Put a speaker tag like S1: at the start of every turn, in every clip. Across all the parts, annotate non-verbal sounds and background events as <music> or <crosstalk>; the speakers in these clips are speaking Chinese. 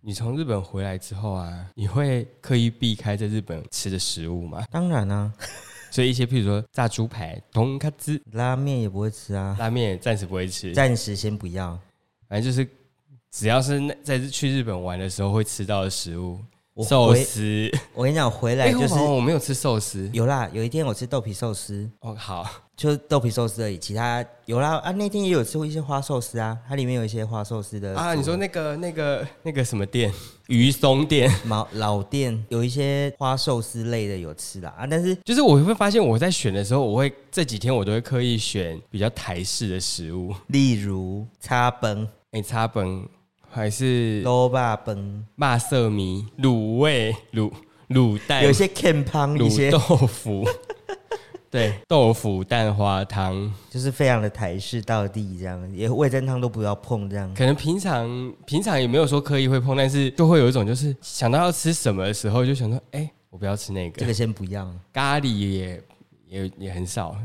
S1: 你从日本回来之后啊，你会刻意避开在日本吃的食物吗？
S2: 当然啊，
S1: 所以一些譬如说炸猪排、通卡兹、
S2: 拉面也不会吃啊，
S1: 拉面暂时不会吃，
S2: 暂时先不要。
S1: 反正就是只要是那在去日本玩的时候会吃到的食物，
S2: 我
S1: 寿
S2: 回，
S1: 司。
S2: 我跟你讲，回来
S1: 哎，
S2: 就是
S1: 我好像我没有吃寿司。
S2: 有啦。有一天我吃豆皮寿司，
S1: 哦，好，
S2: 就是豆皮寿司而已，其他有啦啊。那天也有吃过一些花寿司啊，它里面有一些花寿司的
S1: 啊，
S2: 组
S1: 你说那个那个那个什么店，鱼松店，
S2: 毛老店有一些花寿司类的有吃啦啊，但是
S1: 就是我会发现我在选的时候，我会这几天我都会刻意选比较台式的食物，
S2: 例如叉崩、
S1: 哎、叉本还是
S2: 肉霸崩，
S1: 麻色米、卤味、卤卤蛋、
S2: 有一些 can 汤，一
S1: 哎卤
S2: 些
S1: 豆
S2: <laughs>
S1: 腐，对，豆腐蛋花汤。
S2: 就是非常的台式道地这样，也味噌汤都不要碰这样。
S1: 可能平常平常也没有说刻意会碰，但是就会有一种就是想到要吃什么的时候，就想说，哎、我不要吃那个，
S2: 这个先不要。
S1: 咖喱也也也很少，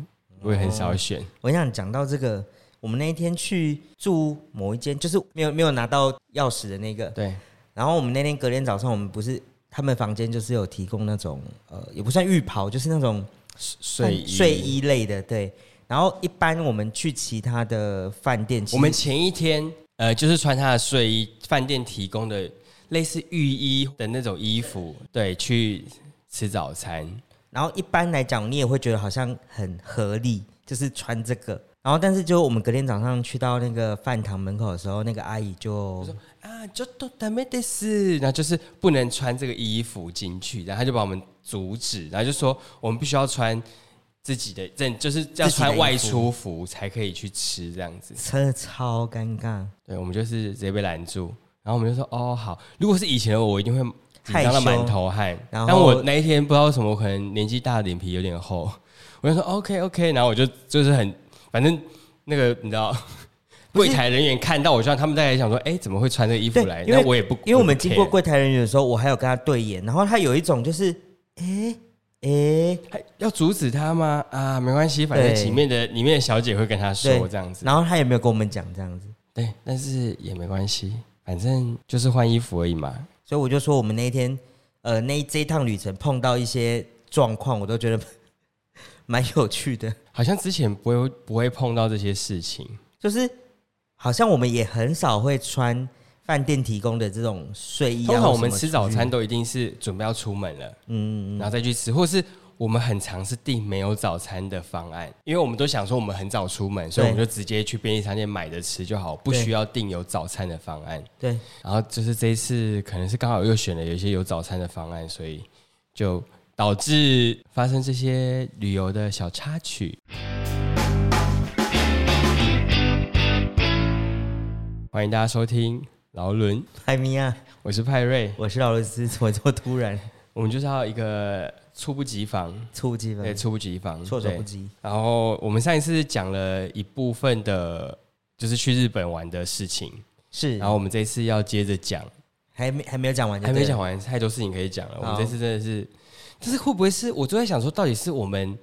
S1: 我也很少选。
S2: 我想讲到这个，我们那一天去住某一间，就是没有没有拿到钥匙的那个，
S1: 对，
S2: 然后我们那天隔天早上，我们不是他们房间就是有提供那种呃，也不算浴袍，就是那种
S1: 睡衣
S2: 睡衣类的，对。然后一般我们去其他的饭店，其实
S1: 我们前一天呃，就是穿他的睡衣，饭店提供的类似浴衣的那种衣服，对，去吃早餐。
S2: 然后一般来讲，你也会觉得好像很合理，就是穿这个。然后，但是就我们隔天早上去到那个饭堂门口的时候，那个阿姨就
S1: 啊，就都ダメです，然后就是不能穿这个衣服进去，然后他就把我们阻止，然后就说我们必须要穿自己的，正就是要
S2: 自己的
S1: 穿
S2: 衣服
S1: 外出服才可以去吃这样子。
S2: 真的超尴尬，
S1: 对，我们就是直接被拦住，然后我们就说哦好，如果是以前的我，我一定会紧张的
S2: 害羞
S1: 满头汗。
S2: 然后
S1: 但我那一天不知道为什么，我可能年纪大，脸皮有点厚， <laughs> 我就说 OK OK，然后我就就是很反正那个你知道。 <laughs>
S2: 不是
S1: 柜台人员看到我，就让他们大概想说：“哎、怎么会穿这个衣服
S2: 对
S1: 来？”
S2: 因为
S1: 那我也不，
S2: 因为我们
S1: 不
S2: 经过
S1: care
S2: 柜台人员的时候，我还有跟他对眼，然后他有一种就是，诶诶，
S1: 还哎要阻止他吗？啊，没关系，反正
S2: 对
S1: 里面的里面的小姐会跟他说
S2: 对
S1: 这样子。
S2: 然后他也没有跟我们讲这样子，
S1: 对，但是也没关系，反正就是换衣服而已嘛。
S2: 所以我就说我们那一天，呃，那一这一趟旅程碰到一些状况，我都觉得 <laughs> 蛮有趣的，
S1: 好像之前不会不会碰到这些事情，
S2: 就是好像我们也很少会穿饭店提供的这种睡衣、啊。
S1: 通常
S2: 或
S1: 我
S2: 什
S1: 们
S2: 么
S1: 吃
S2: 出
S1: 早
S2: 去
S1: 餐，都一定是准备要出门了，
S2: 嗯，
S1: 然后再去吃，或是我们很常是订没有早餐的方案，因为我们都想说我们很早出门，所以我
S2: 对
S1: 们就直接去便利商店买着吃就好，不
S2: 对
S1: 需要订有早餐的方案。
S2: 对，
S1: 然后就是这一次可能是刚好又选了有一些有早餐的方案，所以就导致发生这些旅游的小插曲。欢迎大家收听劳伦，
S2: 海米亚，
S1: 我是派瑞，
S2: 啊我是劳伦斯，怎么这么突然？
S1: 我们就是要一个猝不及防，
S2: 猝不及
S1: 对，
S2: 防，
S1: 猝不及防，
S2: 嗯措手
S1: 对
S2: 不及。
S1: 然后我们上一次讲了一部分的，就是去日本玩的事情，
S2: 是
S1: 然，后我们这次要接着讲。
S2: 还没还没有讲完就
S1: 还
S2: 对了，
S1: 没讲完，太多事情可以讲了。我们这次真的是，但是会不会是我就在想说，到底是我们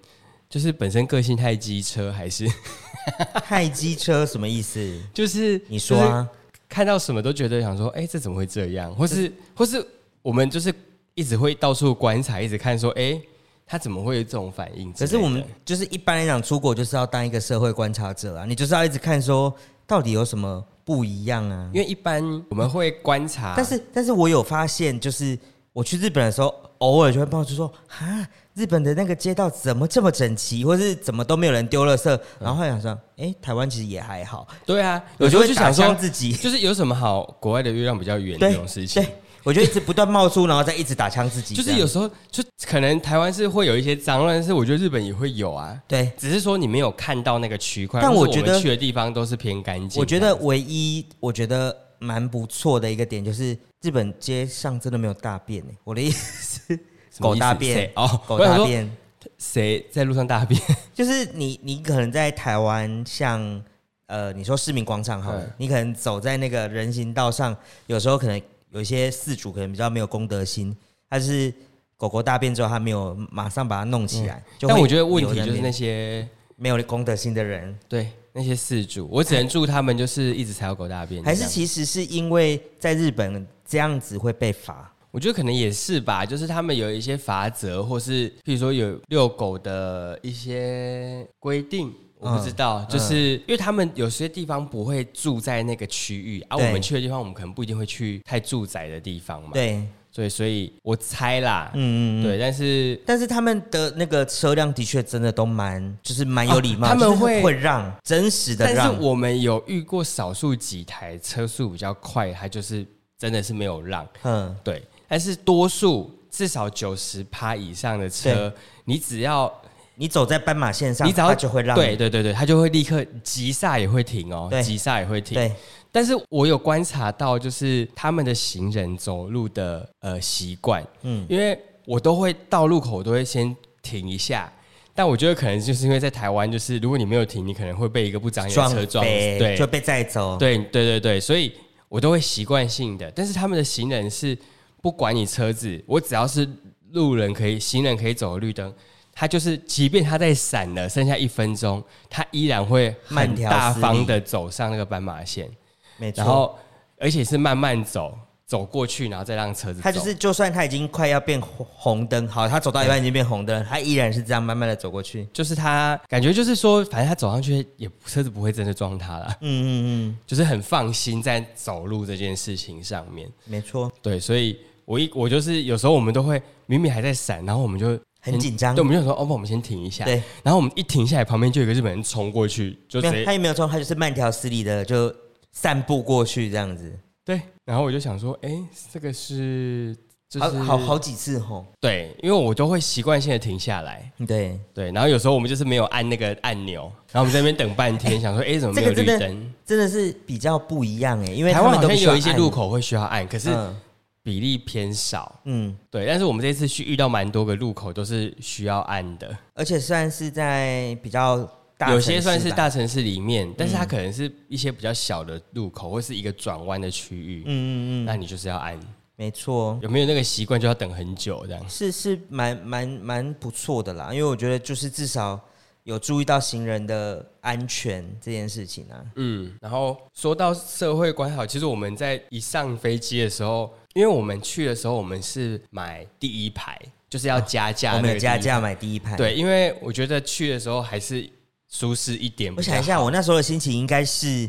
S1: 就是本身个性太机车，还是 <laughs>
S2: 太机车什么意思？
S1: 就是
S2: 你说啊，
S1: 就是看到什么都觉得想说，哎、这怎么会这样？或是或是我们就是一直会到处观察，一直看说，哎、他怎么会有这种反应之类的？
S2: 可是我们就是一般来讲，出国就是要当一个社会观察者啊，你就是要一直看说到底有什么不一样啊。
S1: 因为一啊般我们会观察，
S2: 但是，但是我有发现，就是我去日本的时候，偶尔就会冒出说啊，日本的那个街道怎么这么整齐，或是怎么都没有人丢垃
S1: 嗯
S2: 圾，然后后来想说，哎、台湾其实也还好，
S1: 对啊，有
S2: 我
S1: 时
S2: 就
S1: 候
S2: 会
S1: 就想
S2: 打
S1: 说
S2: 枪，自己，
S1: 就是有什么好国外的月亮比较圆这
S2: 对
S1: 种事情
S2: 对。，我就一直不断冒出，然后再一直打枪自己，
S1: 就是有时候，就可能台湾是会有一些脏乱，但是我觉得日本也会有啊。
S2: 这样对。
S1: 只是说你没有看到那个区块，
S2: 但
S1: 或是
S2: 我
S1: 我
S2: 觉得
S1: 们去的地方都是偏干净。
S2: 我觉得唯一我觉得蛮不错的一个点就是，日本街上真的没有大便、欸、我的意思，
S1: 什么意思
S2: 狗大便
S1: 谁 <laughs> 哦，
S2: 狗
S1: 我想
S2: 大
S1: 说
S2: 便。
S1: 谁在路上大便？
S2: 就是你，你可能在台湾，像呃，你说市民广场好了
S1: 嗯，
S2: 你可能走在那个人行道上，有时候可能有一些饲主可能比较没有公德心，他就是狗狗大便之后，他没有马上把它弄起来。就
S1: 嗯
S2: 会
S1: 但我觉得问题
S2: 留在
S1: 就是那
S2: 边
S1: 些
S2: 没有公德心的人，
S1: 对那些事主，我只能祝他们就是一直踩到狗大便。
S2: 还是
S1: 这样
S2: 其实是因为在日本这样子会被罚？
S1: 我觉得可能也是吧，就是他们有一些法则，或是譬如说有遛狗的一些规定。我不知道，
S2: 嗯
S1: 就是因为他们有些地方不会住在那个区域，而、啊、
S2: 对
S1: 我们去的地方，我们可能不一定会去太住宅的地方嘛。，
S2: 对，
S1: 所以所以我猜啦，
S2: 嗯嗯，嗯。
S1: 对，但是
S2: 但是他们的那个车辆的确真的都蛮，就是蛮有礼貌，
S1: 哦他们
S2: 就是
S1: 会
S2: 会让真实的
S1: 但
S2: 让
S1: 是，我们有遇过少数几台车速比较快，它就是真的是没有让，
S2: 嗯，
S1: 对，但是多数至少九十趴以上的车，你只要
S2: 你走在斑马线上，
S1: 你只要
S2: 他就会让你，
S1: 对对对对，它就会立刻急刹也会停哦，
S2: 对
S1: 急刹也会停。
S2: 对，
S1: 但是我有观察到，就是他们的行人走路的呃习惯，
S2: 嗯，
S1: 因为我都会到路口我都会先停一下。但我觉得可能就是因为在台湾，就是如果你没有停，你可能会被一个不长眼的车撞死，
S2: 呗
S1: 对，
S2: 就被载走，
S1: 对对对对，所以我都会习惯性的，但是他们的行人是不管你车子，我只要是路人可以，行人可以走的绿灯，他就是即便他在闪了，剩下一分钟，他依然会
S2: 慢
S1: 很
S2: 条
S1: 大
S2: 斯
S1: 方
S2: 理
S1: 的走上那个斑马线，
S2: 没错。
S1: 然后而且是慢慢走，走过去，然后再让车子走。
S2: 他就是，就算他已经快要变红红灯，好，他走到一半已经变红灯了，他依然是这样慢慢的走过去。
S1: 就是他感觉就是说，反正他走上去也车子不会真的撞他了，
S2: 嗯嗯
S1: 就是很放心在走路这件事情上面。
S2: 嗯，没错，
S1: 对，所以我一我就是有时候我们都会明明还在闪，然后我们就
S2: 很紧张
S1: 对，我们就想说哦，不，我们先停一下。
S2: 对，
S1: 然后我们一停下来，旁边就有一个日本人冲过去，就直
S2: 没有他
S1: 接
S2: 也没有冲，他就是慢条斯理的就散步过去这样子，
S1: 对，然后我就想说，哎，这个是就是
S2: 好好好几次吼。
S1: 对，因为我都会习惯性的停下来。
S2: 对，
S1: 对，然后有时候我们就是没有按那个按钮，然后我们在那边等半
S2: <laughs>
S1: 天，想说，哎，怎么没有
S2: 这个
S1: 绿
S2: 真的
S1: 灯？
S2: 真的是比较不一样哎，因为
S1: 台
S2: 他
S1: 湾
S2: 们
S1: 好
S2: 都不
S1: 像
S2: 需要
S1: 有一些
S2: 按
S1: 路，口会需要按，可是
S2: 嗯
S1: 比例偏少。
S2: 嗯，
S1: 对，但是我们这次去遇到蛮多个路口都是需要按的。
S2: 而且算是在比较大，
S1: 有些算是，大城市里面，但是
S2: 嗯
S1: 它可能是一些比较小的路口，或是一个转弯的区域。
S2: 嗯嗯嗯，
S1: 那你就是要按，
S2: 没错。
S1: 有没有那个习惯就要等很久这样。
S2: 是是蛮蛮蛮不错的啦，因为我觉得就是至少有注意到行人的安全这件事情啊。
S1: 嗯，然后说到社会关好，其实我们在一上飞机的时候，因为我们去的时候我们是买第一排，就是要加价、
S2: 哦我们有加。价买第一排，，
S1: 对，因为我觉得去的时候还是舒适一点。
S2: 我想一，下，我那时候的心情应该是。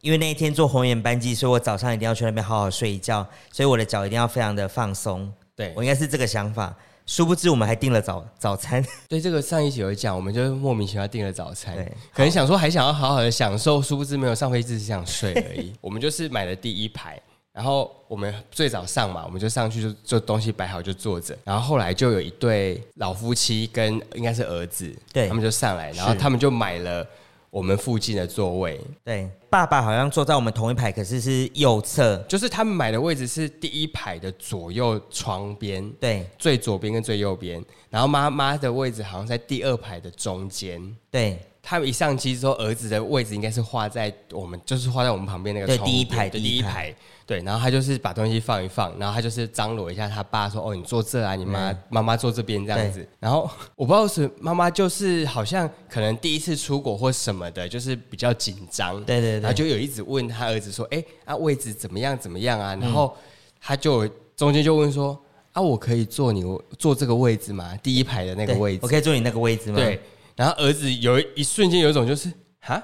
S2: 因为那一天坐红眼班机，所以我早上一定要去那边好好睡一觉，所以我的脚一定要非常的放松。
S1: 对
S2: 我应该是这个想法，殊不知我们还订了早早餐。
S1: 对，这个上一集有讲，我们就莫名其妙订了早餐
S2: 对，
S1: 可能想说还想要好好的享受，殊不知没有上飞机，只想睡而已。我们就是买了第一排，然后我们最早上嘛，我们就上去就就东西摆好就坐着，然后后来就有一对老夫妻跟应该是儿子，
S2: 对
S1: 他们就上来，然后
S2: 是
S1: 他们就买了我们附近的座位，
S2: 对，爸爸好像坐在我们同一排，可是是右侧。
S1: 就是他们买的位置是第一排的左右窗边。
S2: 对
S1: 最左边跟最右边，然后妈妈的位置好像在第二排的中间，
S2: 对，
S1: 他们一上机之后，儿子的位置应该是画在我们，就是画在我们旁边那个
S2: 对
S1: 窗户
S2: 第一排
S1: 对
S2: 第
S1: 第
S2: 一
S1: 一
S2: 排
S1: 排，对。然后他就是把东西放一放，然后他就是张罗一下他爸说：“哦，你坐这啊，你妈、妈妈坐这边这样子。”然后我不知道是妈妈就是好像可能第一次出国或什么的，就是比较紧张，
S2: 对对对
S1: 然后就有一直问他儿子说：“哎、啊位置怎么样怎么样啊？”然后
S2: 嗯
S1: 他就中间就问说：“啊，我可以坐你坐这个位置吗？第一排的那个
S2: 对
S1: 位置
S2: 我？”可以坐你那个位置吗？
S1: 对，然后儿子有一一瞬间有一种就是哈，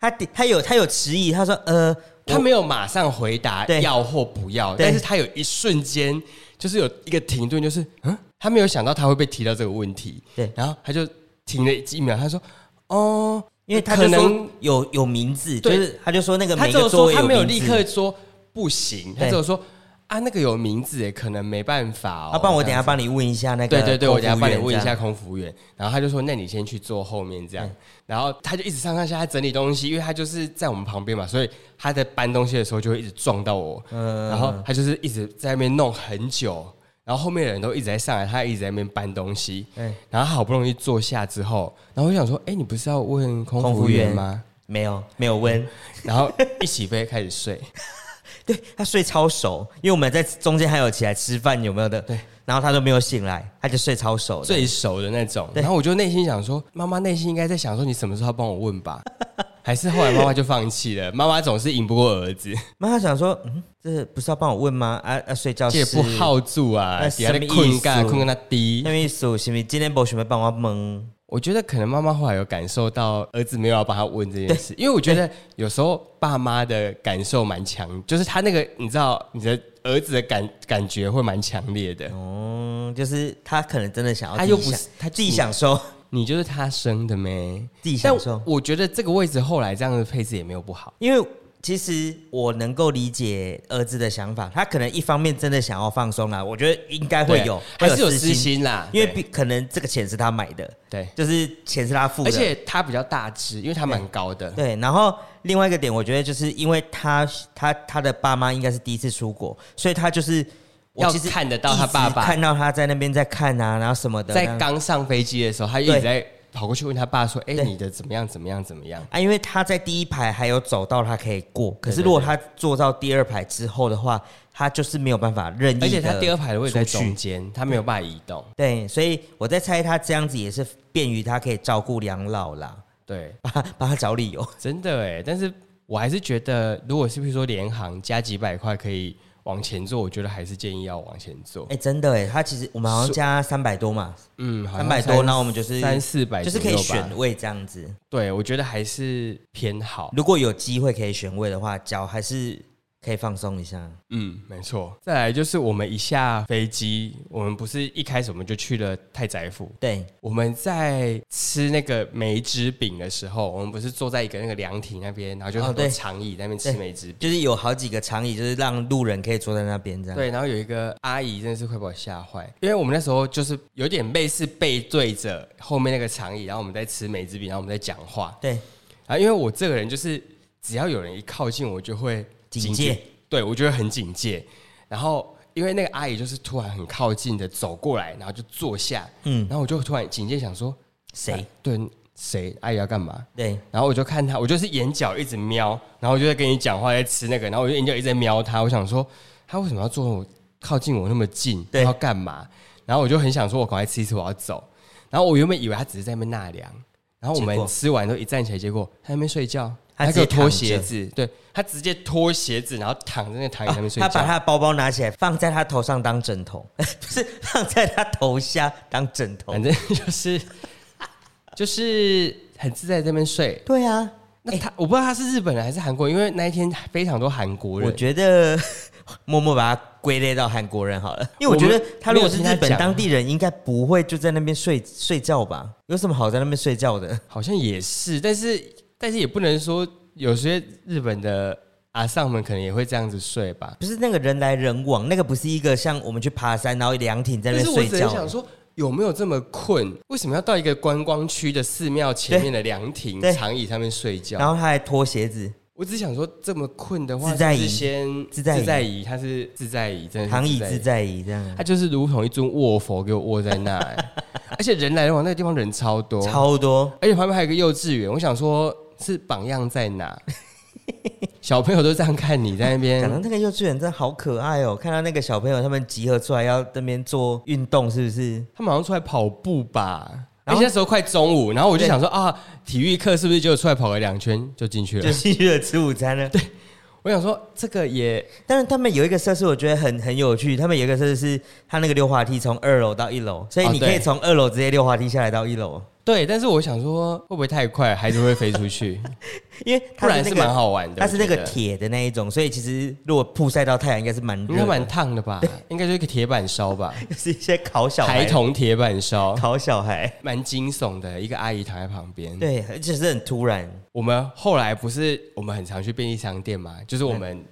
S2: 他他有他有迟疑，他说呃，
S1: 他
S2: 我
S1: 没有马上回答
S2: 对
S1: 要或不要，
S2: 对
S1: 但是他有一瞬间就是有一个停顿，就是嗯，他没有想到他会被提到这个问题，
S2: 对
S1: 然后他就停了几秒，他说哦，
S2: 因为他就
S1: 可
S2: 说
S1: 能
S2: 有有名字，就
S1: 对
S2: 是他就说那个
S1: 他
S2: 每
S1: 只
S2: 个
S1: 有
S2: 座
S1: 说
S2: 位
S1: 他没有
S2: 名
S1: 立
S2: 字哦
S1: 刻说不行，他
S2: 对
S1: 只有说啊那个有名字耶，可能没办法哦，
S2: 啊，不然我
S1: 这
S2: 等一
S1: 样
S2: 下
S1: 子
S2: 帮你问一下那个
S1: 对对对，我等一下
S2: 空服
S1: 帮
S2: 员
S1: 你问一
S2: 这
S1: 下
S2: 样，
S1: 空服员，然后他就说：“那你先去坐后面这样。
S2: 嗯
S1: 然后他就一直上上下下整理东西，因为他就是在我们旁边嘛，所以他在搬东西的时候就会一直撞到我。
S2: 嗯
S1: 然后他就是一直在那边弄很久，然后后面的人都一直在上来，他一直在那边搬东西。
S2: 嗯
S1: 然后他好不容易坐下之后，然后我就想说：“哎，你不是要问空
S2: 空服
S1: 服员
S2: 员
S1: 吗
S2: 没有没有问，？” <laughs>
S1: 然后一起飞开始睡。
S2: 对他睡超熟，因为我们在中间还有起来吃饭有没有的，对，然后他都没有醒来，他就睡超熟的，
S1: 最熟的那种。
S2: 对
S1: 然后我就内心想说，妈妈内心应该在想说，你什么时候要帮我问吧？ <laughs> 还是后来妈妈就放弃了，妈妈总是赢不过儿子，
S2: 妈妈想说，嗯，这不是要帮我问吗？啊啊，睡觉
S1: 这也
S2: 是
S1: 不，好住啊，
S2: 那
S1: 底下
S2: 什么
S1: 在
S2: 意思
S1: 困干困干他低
S2: 那。么意思是不是今天不想要帮我蒙？
S1: 我觉得可能妈妈后来有感受到儿子没有要帮他问这件事，因为我觉得有时候爸妈的感受蛮强，就是他那个你知道你的儿子的感感觉会蛮强烈的，
S2: 哦，就是他可能真的想要
S1: 他
S2: 自己想，
S1: 又不是他
S2: 自己享受，
S1: 你就是他生的咩？
S2: 自己
S1: 但
S2: 享受。
S1: 我觉得这个位置后来这样的配置也没有不好，
S2: <laughs> 因为其实我能够理解儿子的想法，他可能一方面真的想要放松啦，我觉得应该会
S1: 对
S2: 有，
S1: 还
S2: 会
S1: 是有私
S2: 私，
S1: 心啦，
S2: 因为
S1: 对
S2: 毕可能这个钱是他买的，
S1: 对，
S2: 就是钱是他付的，
S1: 而且他比较大只，因为他蛮高的，
S2: 对，然后另外一个点，我觉得就是因为他他他的爸妈应该是第一次出国，所以他就是我
S1: 要
S2: 其实
S1: 看得到他爸爸
S2: 一直看到他在那边在看啊，然后什么的，
S1: 在
S2: 那
S1: 刚上飞机的时候，他一直在跑过去问他爸说：“哎、你的怎么样？怎么样？怎么样
S2: 啊，因为他在第一排还有走到他可以过，可是
S1: 对对
S2: 如果他坐到第二排之后的话，他就是没有办法任意？”地
S1: 而且他第二排的位置在
S2: 出
S1: 中
S2: 去，
S1: 间，他没有办法移动。
S2: 对，所以我在猜他这样子也是便于他可以照顾养老啦， <laughs>
S1: 对，
S2: 帮他帮他找理由。
S1: 真的哎，但是我还是觉得，如果是比如说联航加几百块可以往前做，我觉得还是建议要往前做
S2: 哎、。真的哎，他其实我们好像加三百多嘛，
S1: 嗯，好像
S2: 三百多，然后我们就是
S1: 三四百，
S2: 就是可以选。位这样子。
S1: 对，我觉得还是偏好。
S2: 如果有机会可以选位的话，脚还是可以放松一下。
S1: 嗯，没错。再来就是我们一下飞机，我们不是一开始我们就去了太宰府，
S2: 对，
S1: 我们在吃那个梅枝饼的时候，我们不是坐在一个那个凉亭那边，然后就有很
S2: 哦
S1: 多
S2: 对
S1: 长椅在那边吃
S2: 对
S1: 梅枝饼。
S2: 就是有好几个长椅，就是让路人可以坐在那边这样。
S1: 对，然后有一个阿姨真的是快把我吓坏，因为我们那时候就是有点类似背对着后面那个长椅，然后我们在吃梅枝饼，然后我们在讲话。
S2: 对，
S1: 然后因为我这个人就是只要有人一靠近我就会
S2: 警戒，
S1: 对我就会很警戒。然后因为那个阿姨就是突然很靠近的走过来，然后就坐下，
S2: 嗯，
S1: 然后我就突然警戒想说
S2: 谁
S1: 啊？对谁阿姨要干嘛？
S2: 对，
S1: 然后我就看他，我就是眼角一直瞄，然后我就在跟你讲话，在吃那个，然后我就眼角一直在瞄他，我想说他为什么要坐我靠近我那么近，他
S2: 对
S1: 要干嘛？然后我就很想说，我赶快吃一吃，我要走。然后我原本以为他只是在那边纳凉，然后我
S2: 结
S1: 们
S2: 果
S1: 吃完都一站起来，结果他在那边睡觉，
S2: 他
S1: 他给我
S2: 直接躺
S1: 脱
S2: 着
S1: 鞋子，对他直接脱鞋子，然后躺在那个躺椅上面睡
S2: 哦他
S1: 觉。
S2: 把他的包包拿起来放在他头上当枕头， <laughs> 不是放在他头下当枕头
S1: 反。正 <laughs> 就是就是很自在在那边睡，
S2: 对啊，
S1: 那他、我不知道他是日本人还是韩国人，因为那一天非常多韩国人
S2: 我。觉得 <laughs> 默默把他归类到韩国人好了，因为我觉得他如果是
S1: 我们没有
S2: 日
S1: 听他
S2: 本
S1: 讲啊
S2: 当地人，应该不会就在那边睡睡觉吧？有什么好在那边睡觉的？
S1: 好像也是，但是但是也不能说有些日本的阿上们可能也会这样子睡吧。
S2: 不是那个人来人往，那个不是一个像我们去爬山然后凉亭在
S1: 但
S2: 那
S1: 是
S2: 边
S1: 我
S2: 睡
S1: 只
S2: 觉
S1: 能想说，有没有这么困？为什么要到一个观光区的寺庙前面的凉亭
S2: 对
S1: 长椅上面睡觉？
S2: 然后他还脱鞋子，
S1: 我只想说，这么困的话，
S2: 自在椅
S1: 是不是先
S2: 自在椅
S1: 自在椅，它是自在椅，真的是哦
S2: 躺椅
S1: 椅
S2: 自在椅这样，
S1: 它就是如同一尊卧佛给我卧在那、
S2: <laughs>
S1: 欸而且人来人往，那个地方人超多，
S2: 超多。
S1: 而且旁边还有一个幼稚园，我想说，是榜样在哪？小朋友都这样看你在那边
S2: 讲到那个幼稚园真的好可爱哦，看到那个小朋友他们集合出来要那边做运动，是不是？
S1: 他们好像出来跑步吧。而
S2: 然后
S1: 且那时候快中午，然后我就想说啊，体育课是不是就出来跑个两圈就进去了
S2: 就？进去了吃午餐了。对，
S1: 我想说这个也
S2: 但是他们有一个设施，我觉得很很有趣。他们有一个设施是，他那个溜滑梯从二楼到一楼，所以
S1: 哦
S2: 你可以
S1: 对
S2: 从二楼直接溜滑梯下来到一楼，
S1: 对，但是我想说会不会太快，孩子会飞出去？
S2: <laughs> 因为
S1: 不
S2: 它
S1: 然
S2: 那
S1: 是
S2: 个
S1: 蛮好玩的。
S2: 它是那
S1: 我觉
S2: 个
S1: 得
S2: 铁的那一种，所以其实如果曝晒到太阳，应该是蛮
S1: 应该
S2: 热的，
S1: 蛮烫的吧？应该就是一个铁板烧
S2: <laughs>
S1: 吧，
S2: 就是一些烤小孩
S1: 孩
S2: 的
S1: 童嗯铁板
S2: <laughs>
S1: 烧，
S2: 烤小孩，
S1: 蛮惊悚的。一个阿姨躺在旁边，
S2: 对，而且是很突然，
S1: 我们后来不是我们很常去便利商店嘛，就是我们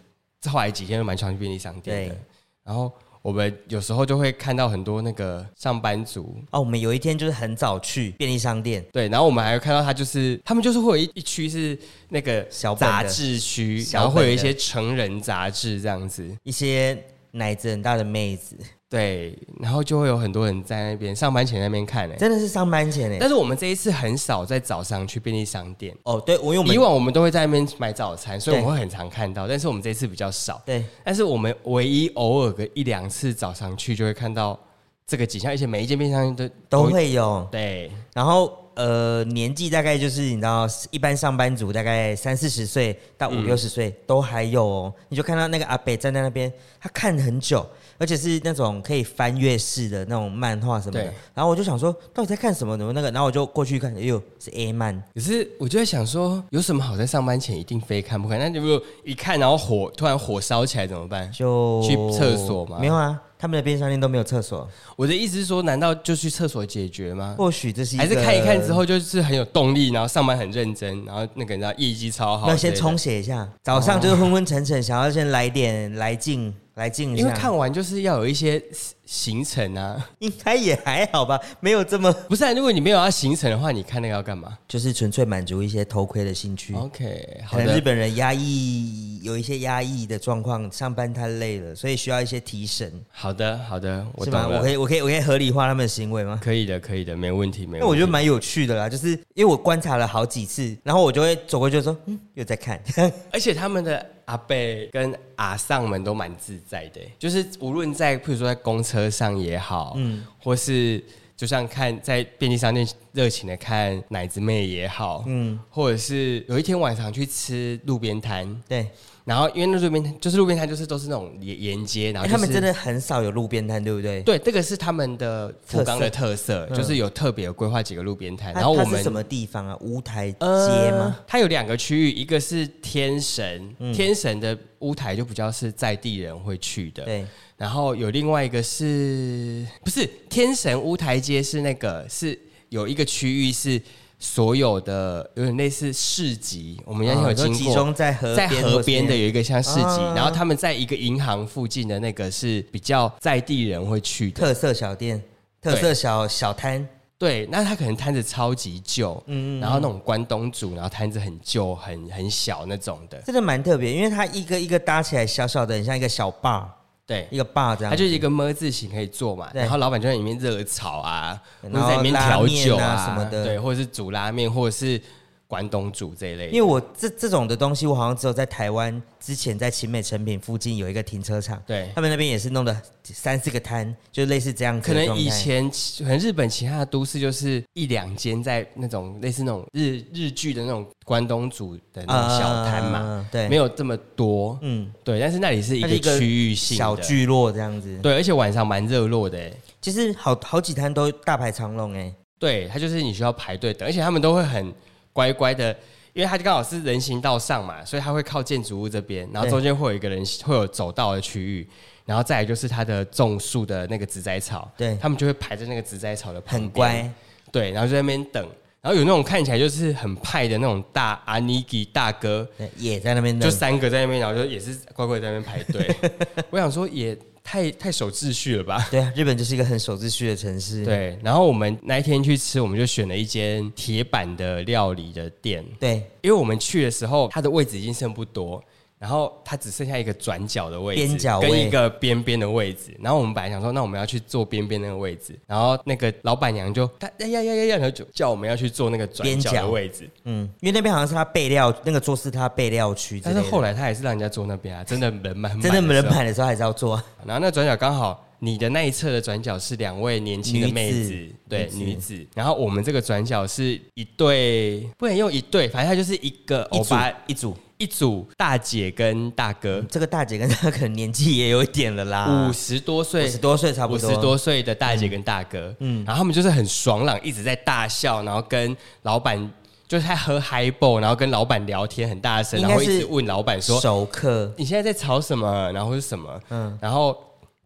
S1: 后来几天都蛮常去便利商店的
S2: 对。
S1: 然后我们有时候就会看到很多那个上班族，
S2: 哦，我们有一天就是很早去便利商店，
S1: 对，然后我们还会看到他就是他们就是会有一一区是那个
S2: 小本的
S1: 杂志区，
S2: 小
S1: 然
S2: 本的
S1: 后会有一些成人杂志这样子，
S2: 一些奶子很大的妹子，
S1: 对，然后就会有很多人在那边上班前在那边看诶、欸
S2: 真的是上班前哎。
S1: 但是我们这一次很少在早上去便利商店，
S2: 哦，对，我因为我
S1: 以
S2: 们
S1: 往我们都会在那边买早餐，所以我
S2: 对
S1: 们会很常看到，但是我们这一次比较少。
S2: 对
S1: 但是我们唯一偶尔个一两次早上去就会看到这个景象，而且每一间便利商店都
S2: 都会有，
S1: 对
S2: 然后。呃年纪大概就是你知道，一般上班族大概三四十岁到
S1: 嗯
S2: 五六十岁都还有哦。你就看到那个阿北站在那边，他看很久，而且是那种可以翻阅式的那种漫画什么的
S1: 对。
S2: 然后我就想说，到底在看什么？怎么那个？然后我就过去看，哎呦，是 A 漫。
S1: 可是我就在想说，有什么好在上班前一定非看不可？那如果一看然后火突然火烧起来怎么办？
S2: 就
S1: 去厕所吗
S2: 没有啊，他们的便利商店都没有厕所。
S1: 我的意思是说，难道就去厕所解决吗？
S2: 或许这是一
S1: 还是
S2: 个
S1: 看一看之，后就是很有动力，然后上班很认真，然后那个人家业绩超好。
S2: 要先充，血一下。早
S1: 哦
S2: 上就是昏昏沉沉，想要先来点来劲，来劲一下。
S1: 因为看完就是要有一些行程啊，
S2: 应该也还好吧，没有这么
S1: 不是、啊？如果你没有要行程的话，你看那个要干嘛
S2: 就是纯粹满足一些偷窥的兴趣。
S1: ？OK，好哦
S2: 可能
S1: 的。
S2: 日本人压抑有一些压抑的状况，上班太累了，所以需要一些提神，
S1: 好的，好的，我
S2: 是
S1: 懂
S2: 吗？
S1: 了。
S2: 我可以，我可以，我可以合理化他们的行为吗？
S1: <laughs> 可以的，可以的，没问题，没问
S2: 那
S1: 题。
S2: 我觉得蛮有趣的啦，就是因为我观察了好几次，然后我就会走过去就说，嗯，又在看， <laughs>
S1: 而且他们的阿贝跟阿上们都蛮自在的，就是无论在譬如说在公车上也好，嗯，或是就像看在便利商店热情的看奶子妹也好，嗯，或者是有一天晚上去吃路边摊，
S2: 对，
S1: 然后因为那路边摊就是路边摊就是都是那种沿沿街，然后、
S2: 哎
S1: 就是
S2: 他们真的很少有路边摊，对不对？
S1: 对这个是他们的福冈的特色，
S2: 嗯
S1: 就是有特别规划几个路边摊，
S2: 它
S1: 然后我
S2: 它
S1: 们
S2: 是什么地方啊？乌台街
S1: 呃
S2: 吗？，嗯
S1: 它有两个区域，一个是天神，天神的屋台就比较是在地人会去的。
S2: 对，
S1: 然后有另外一个是不是天神屋台街是那个是有一个区域是所有的有点类似市集，我们原先有
S2: 哦都
S1: 经
S2: 集
S1: 过。
S2: 中在河
S1: 在
S2: 边
S1: 河
S2: 或是
S1: 边的有一个像市集，
S2: 啊
S1: 然后他们在一个银行附近的那个是比较在地人会去的，
S2: 特色小店、特色小小摊，
S1: 对，那他可能摊子超级旧，
S2: 嗯
S1: 然后那种关东煮，然后摊子很旧、很很小那种的，
S2: 真的蛮特别，因为它一个一个搭起来小小的，很像一个小 bar，
S1: 对，
S2: 一个 bar 这样
S1: 它。就是一个么字形可以做嘛，
S2: 对
S1: 然后老板就在里面热炒啊，或
S2: 然
S1: 者在里面
S2: 后拉
S1: 调
S2: 面
S1: 酒
S2: 啊什么的
S1: 对，或者是煮拉面，或者是关东煮这一类
S2: 因为我这这种的东西，我好像只有在台湾之前在勤美成品附近有一个停车场，
S1: 对
S2: 他们那边也是弄的三四个摊，就类似这样子
S1: 可
S2: 的
S1: 能
S2: 状态
S1: 以前可能日本其他的都市就是一两间在那种类似那种日日剧的那种关东煮的那种小摊嘛，
S2: 嗯呃对，
S1: 没
S2: 有，
S1: 有这么多。
S2: 嗯，
S1: 对，但是那里是一
S2: 它
S1: 个
S2: 是一个
S1: 区域性的
S2: 小聚落这样子，
S1: 对，而且晚上蛮热络的欸。
S2: 其实好好几摊都大排长龙哎，
S1: 对，它就是你需要排队等，而且他们都会很乖乖的，因为它就刚好是人行道上嘛，所以它会靠建筑物这边，然后
S2: 对
S1: 中间会有一个人会有走道的区域，然后再来就是它的种树的那个植栽草，
S2: 对
S1: 他们就会排在那个植栽草的旁边
S2: 很，乖，
S1: 对，然后就在那边等，然后有那种看起来就是很派的那种大阿尼基大哥，
S2: 对也在那边弄
S1: 就三个在那边，然后就也是乖乖在那边排队， <laughs> 我想说也太太守秩序了吧。
S2: 对啊，日本就是一个很守秩序的城市，
S1: 对，然后我们那一天去吃，我们就选了一间铁板的料理的店，
S2: 对，
S1: 因为我们去的时候，它的位置已经剩不多，然后它只剩下一个转角的位置，
S2: 边角位
S1: 跟一个边边的位置。然后我们本来想说，那我们要去坐边边那个位置，然后那个老板娘就她呀呀呀呀呀，然后就叫我们要去坐那个转角
S2: 边
S1: 的
S2: 角
S1: 位置。
S2: 嗯，因为那边好像是他备料，那个桌是他备料区之
S1: 但
S2: 类
S1: 是
S2: 的，
S1: 后来她还是让人家坐那边啊，真的人满满，
S2: 真的没人。买的时候还是要做啊，
S1: 然后那转角刚好你的那一侧的转角是两位年轻的妹子，
S2: 女子
S1: 对
S2: 女
S1: 女子，然后我们这个转角是一对，不能用一对，反正它就是一个 <laughs>
S2: 一
S1: 欧
S2: 组
S1: 巴
S2: 一组，
S1: 一组大姐跟大哥，
S2: 这个大姐跟她可能年纪也有一点了啦，
S1: 五十、多
S2: 嗯啊五
S1: 岁。
S2: 十多岁差不
S1: 五十
S2: 多，
S1: 多岁的大姐跟大哥，嗯，然后他们就是很爽朗，一直在大笑，然后跟老板就是在喝 high ball，然后跟老板聊天很大声，
S2: 应
S1: 然
S2: 该
S1: 后
S2: 是
S1: 一直问老板说
S2: 熟客，
S1: 你现在在吵什么，然后是什么，嗯，然后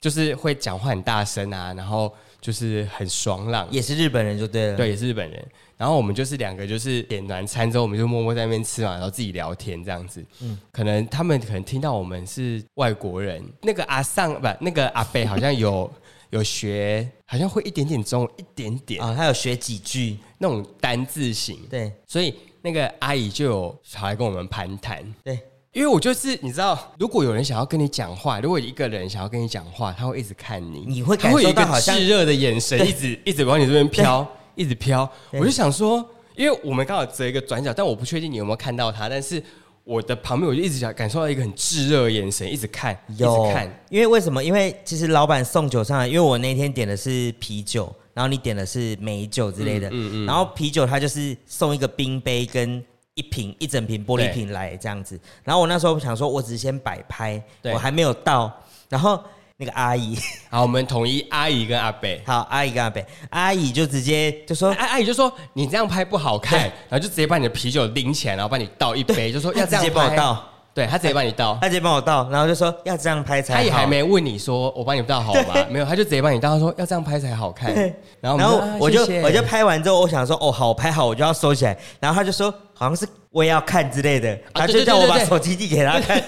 S1: 就是会讲话很大声啊，然后就是很爽朗，
S2: 也是日本人就对了，
S1: 对，也是日本人。然后我们就是两个就是点完餐之后，我们就默默在那边吃嘛，然后自己聊天这样子。嗯，可能他们可能听到我们是外国人，那个阿上不，那个阿贝好像有 <laughs> 有学，好像会一点点中文，一点点、
S2: 啊，她有学几句，
S1: 那种单字型，
S2: 对
S1: 所以那个阿姨就有跑来跟我们攀谈。
S2: 对，
S1: 因为我就是你知道，如果有人想要跟你讲话，如果一个人想要跟你讲话，他会一直看你，
S2: 你会
S1: 他
S2: 感
S1: 会有
S2: 受
S1: 一个
S2: 到好像
S1: 炙热的眼神，一直一直往你这边飘，一直飘。
S2: 对
S1: 我就想说，因为我们刚好折一个转角，但我不确定你有没有看到他，但是我的旁边我就一直想感受到一个很炙热的眼神，一直看，一
S2: 有
S1: 直看。，
S2: 因为为什么？因为其实老板送酒上来，因为我那天点的是啤酒，然后你点的是美酒之类的，
S1: 嗯嗯嗯
S2: 然后啤酒它就是送一个冰杯跟一瓶一整瓶玻璃
S1: 对
S2: 瓶来这样子。然后我那时候想说，我只是先摆拍，
S1: 对
S2: 我还没有到，然后那个阿姨， <laughs>
S1: 好，我们统一阿姨跟阿贝。
S2: 好，阿姨跟阿北，阿姨就直接就说
S1: 阿阿姨就说你这样拍不好看
S2: 对，
S1: 然后就直接把你的啤酒拎起来，然后帮你倒一杯，就说要这
S2: 她直
S1: 样
S2: 接帮我
S1: 拍，
S2: 倒，
S1: 对他直接帮你倒
S2: 她，直接帮我倒，然后就说要这样拍哎才好。
S1: 他也还没问你说我帮你倒好吗？没有，他就直接帮你倒，他说要这样拍才好看
S2: 对。
S1: 然后
S2: 然
S1: 后
S2: 后我就我就
S1: 拍，
S2: 拍完之后，我想说哦，好拍好，我就要收起来。然后他就说好像是我也要看之类的，他就
S1: 啊对对
S2: 叫我
S1: 对
S2: 把
S1: 对对
S2: 手机递给他看，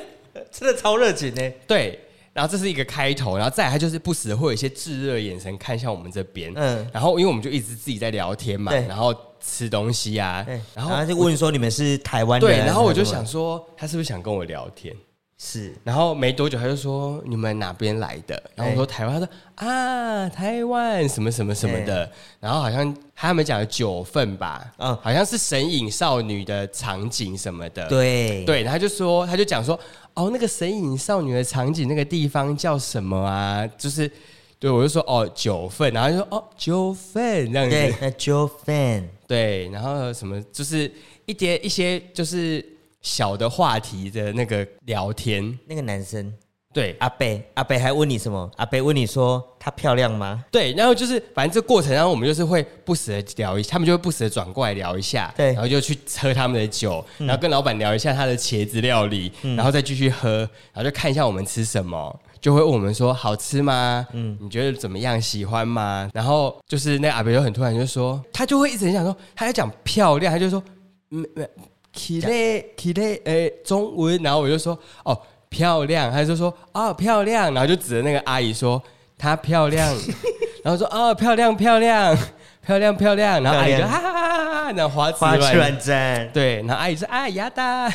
S2: <laughs> 真的超热情欸呢。
S1: 对，然后这是一个开头，然后再来他就是不时会有一些炙热的眼神看向我们这边，
S2: 嗯
S1: 嗯，然后因为我们就一直自己在聊天嘛，
S2: 对
S1: 然后吃东西啊
S2: 对，
S1: 然
S2: 然
S1: 后
S2: 后他就问说你们是台湾人？
S1: 对，然后我就
S2: 还
S1: 想
S2: 是什么
S1: 说他是不是想跟我聊天？
S2: 是
S1: 然后没多久他就说你们哪边来的？然后我说
S2: 哎
S1: 台湾，他说啊台湾什么什么什么的，然后好像他们讲了九份吧，
S2: 哎嗯
S1: 嗯，好像是神隐少女的场景什么的，
S2: 对
S1: 对，然后他就说他就讲说哦那个神隐少女的场景那个地方叫什么啊？就是对我就说哦九份，然后他就说哦九份这样
S2: 对
S1: 子，，
S2: 那 Joe Fan
S1: 对，然后什么就是一些一些就是小的话题的那个聊天，
S2: 那个男生
S1: 对。
S2: 阿北，阿北还问你什么？阿北问你说她漂亮吗？
S1: 对，然后就是反正这过程，然后我们就是会不时的聊一，他们就会不时的转过来聊一下，
S2: 对
S1: 然后就去喝他们的酒，然后跟老板聊一下他的茄子料理，然后再继续喝，然后就看一下我们吃什么，就会问我们说好吃吗？嗯，你觉得怎么样？喜欢吗？然后就是那个阿北就很突然就说，他就会一直很想说，他在讲漂亮，他就说嗯嗯，起嘞起嘞，诶，中文，然后我就说哦漂亮，他就说哦漂亮，然后就指着那个阿姨说她漂
S2: <laughs>
S1: 亮，然后说哦漂亮漂亮漂亮漂亮，然后阿姨
S2: 漂
S1: 就
S2: 亮
S1: 哈哈哈哈，然后花枝
S2: 花
S1: 乱
S2: 痴乱
S1: <laughs>
S2: 战，
S1: 对，然后阿姨说啊呀
S2: <laughs>
S1: 哒，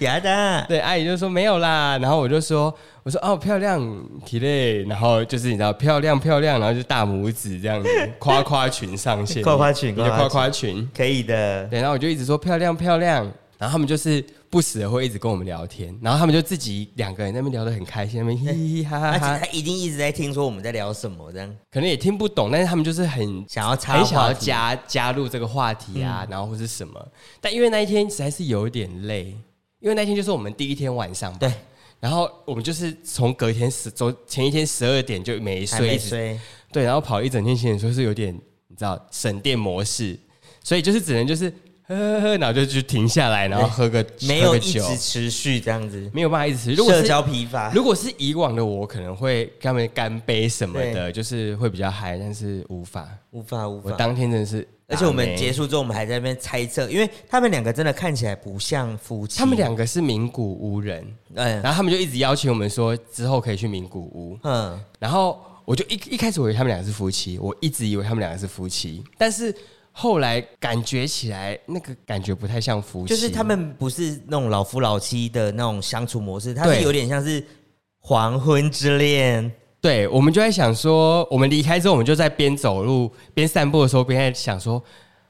S2: 牙的，
S1: 对，阿姨就说没有啦，然后我就说我说哦漂亮起嘞，然后就是你知道漂亮漂亮，然后就大拇指这
S2: <laughs>
S1: 样子夸夸群上线，
S2: 夸夸群
S1: 你就
S2: 夸夸
S1: 夸夸群。
S2: <laughs> 可以的，
S1: 对，然后我就一直说漂亮漂亮，然后他们就是不时的会一直跟我们聊天，然后他们就自己两个人在那边聊得很开心，那边嘻嘻嘻哈哈
S2: 而且哎
S1: 哈
S2: 他，一定一直在听说我们在聊什么，这样
S1: 可能也听不懂，但是他们就是很
S2: 想要插
S1: 很想
S2: 话
S1: 要
S2: 题嗯
S1: 加加入这个话题啊，然后或是什么，但因为那一天实在是有点累，因为那天就是我们第一天晚上吧，
S2: 对，
S1: 然后我们就是从隔天十周前一天十二点就没
S2: 还
S1: 睡，
S2: 没
S1: 一直
S2: 睡。
S1: 对，然后跑一整天，行程就是有点你知道省电模式，所以就是只能就是喝喝喝，然后就就停下来，然后喝个
S2: 没有
S1: 喝个
S2: 一
S1: 酒，
S2: 直持续这样子，
S1: 没有办法一直持续。如果
S2: 社
S1: 是
S2: 交疲乏。
S1: 如果是以往的我，可能会跟他们干杯什么的，就是会比较嗨，但是无法。
S2: 无法无
S1: 我
S2: 法。
S1: 当天真的是打没，
S2: 而且我们结束之后，我们还在那边猜测，因为他们两个真的看起来不像夫妻。
S1: 他们，两个是名古屋人，
S2: 嗯
S1: 然后他们就一直邀请我们说之后可以去名古屋，
S2: 嗯，
S1: 然后我就一一开始我以为他们两个是夫妻，我一直以为他们两个是夫妻，但是后来感觉起来那个感觉不太像夫妻，
S2: 就是他们不是那种老夫老妻的那种相处模式，他是
S1: 对
S2: 有点像是黄昏之恋。
S1: 对我们就在想说，我们离开之后，我们就在边走路边散步的时候，边在想说，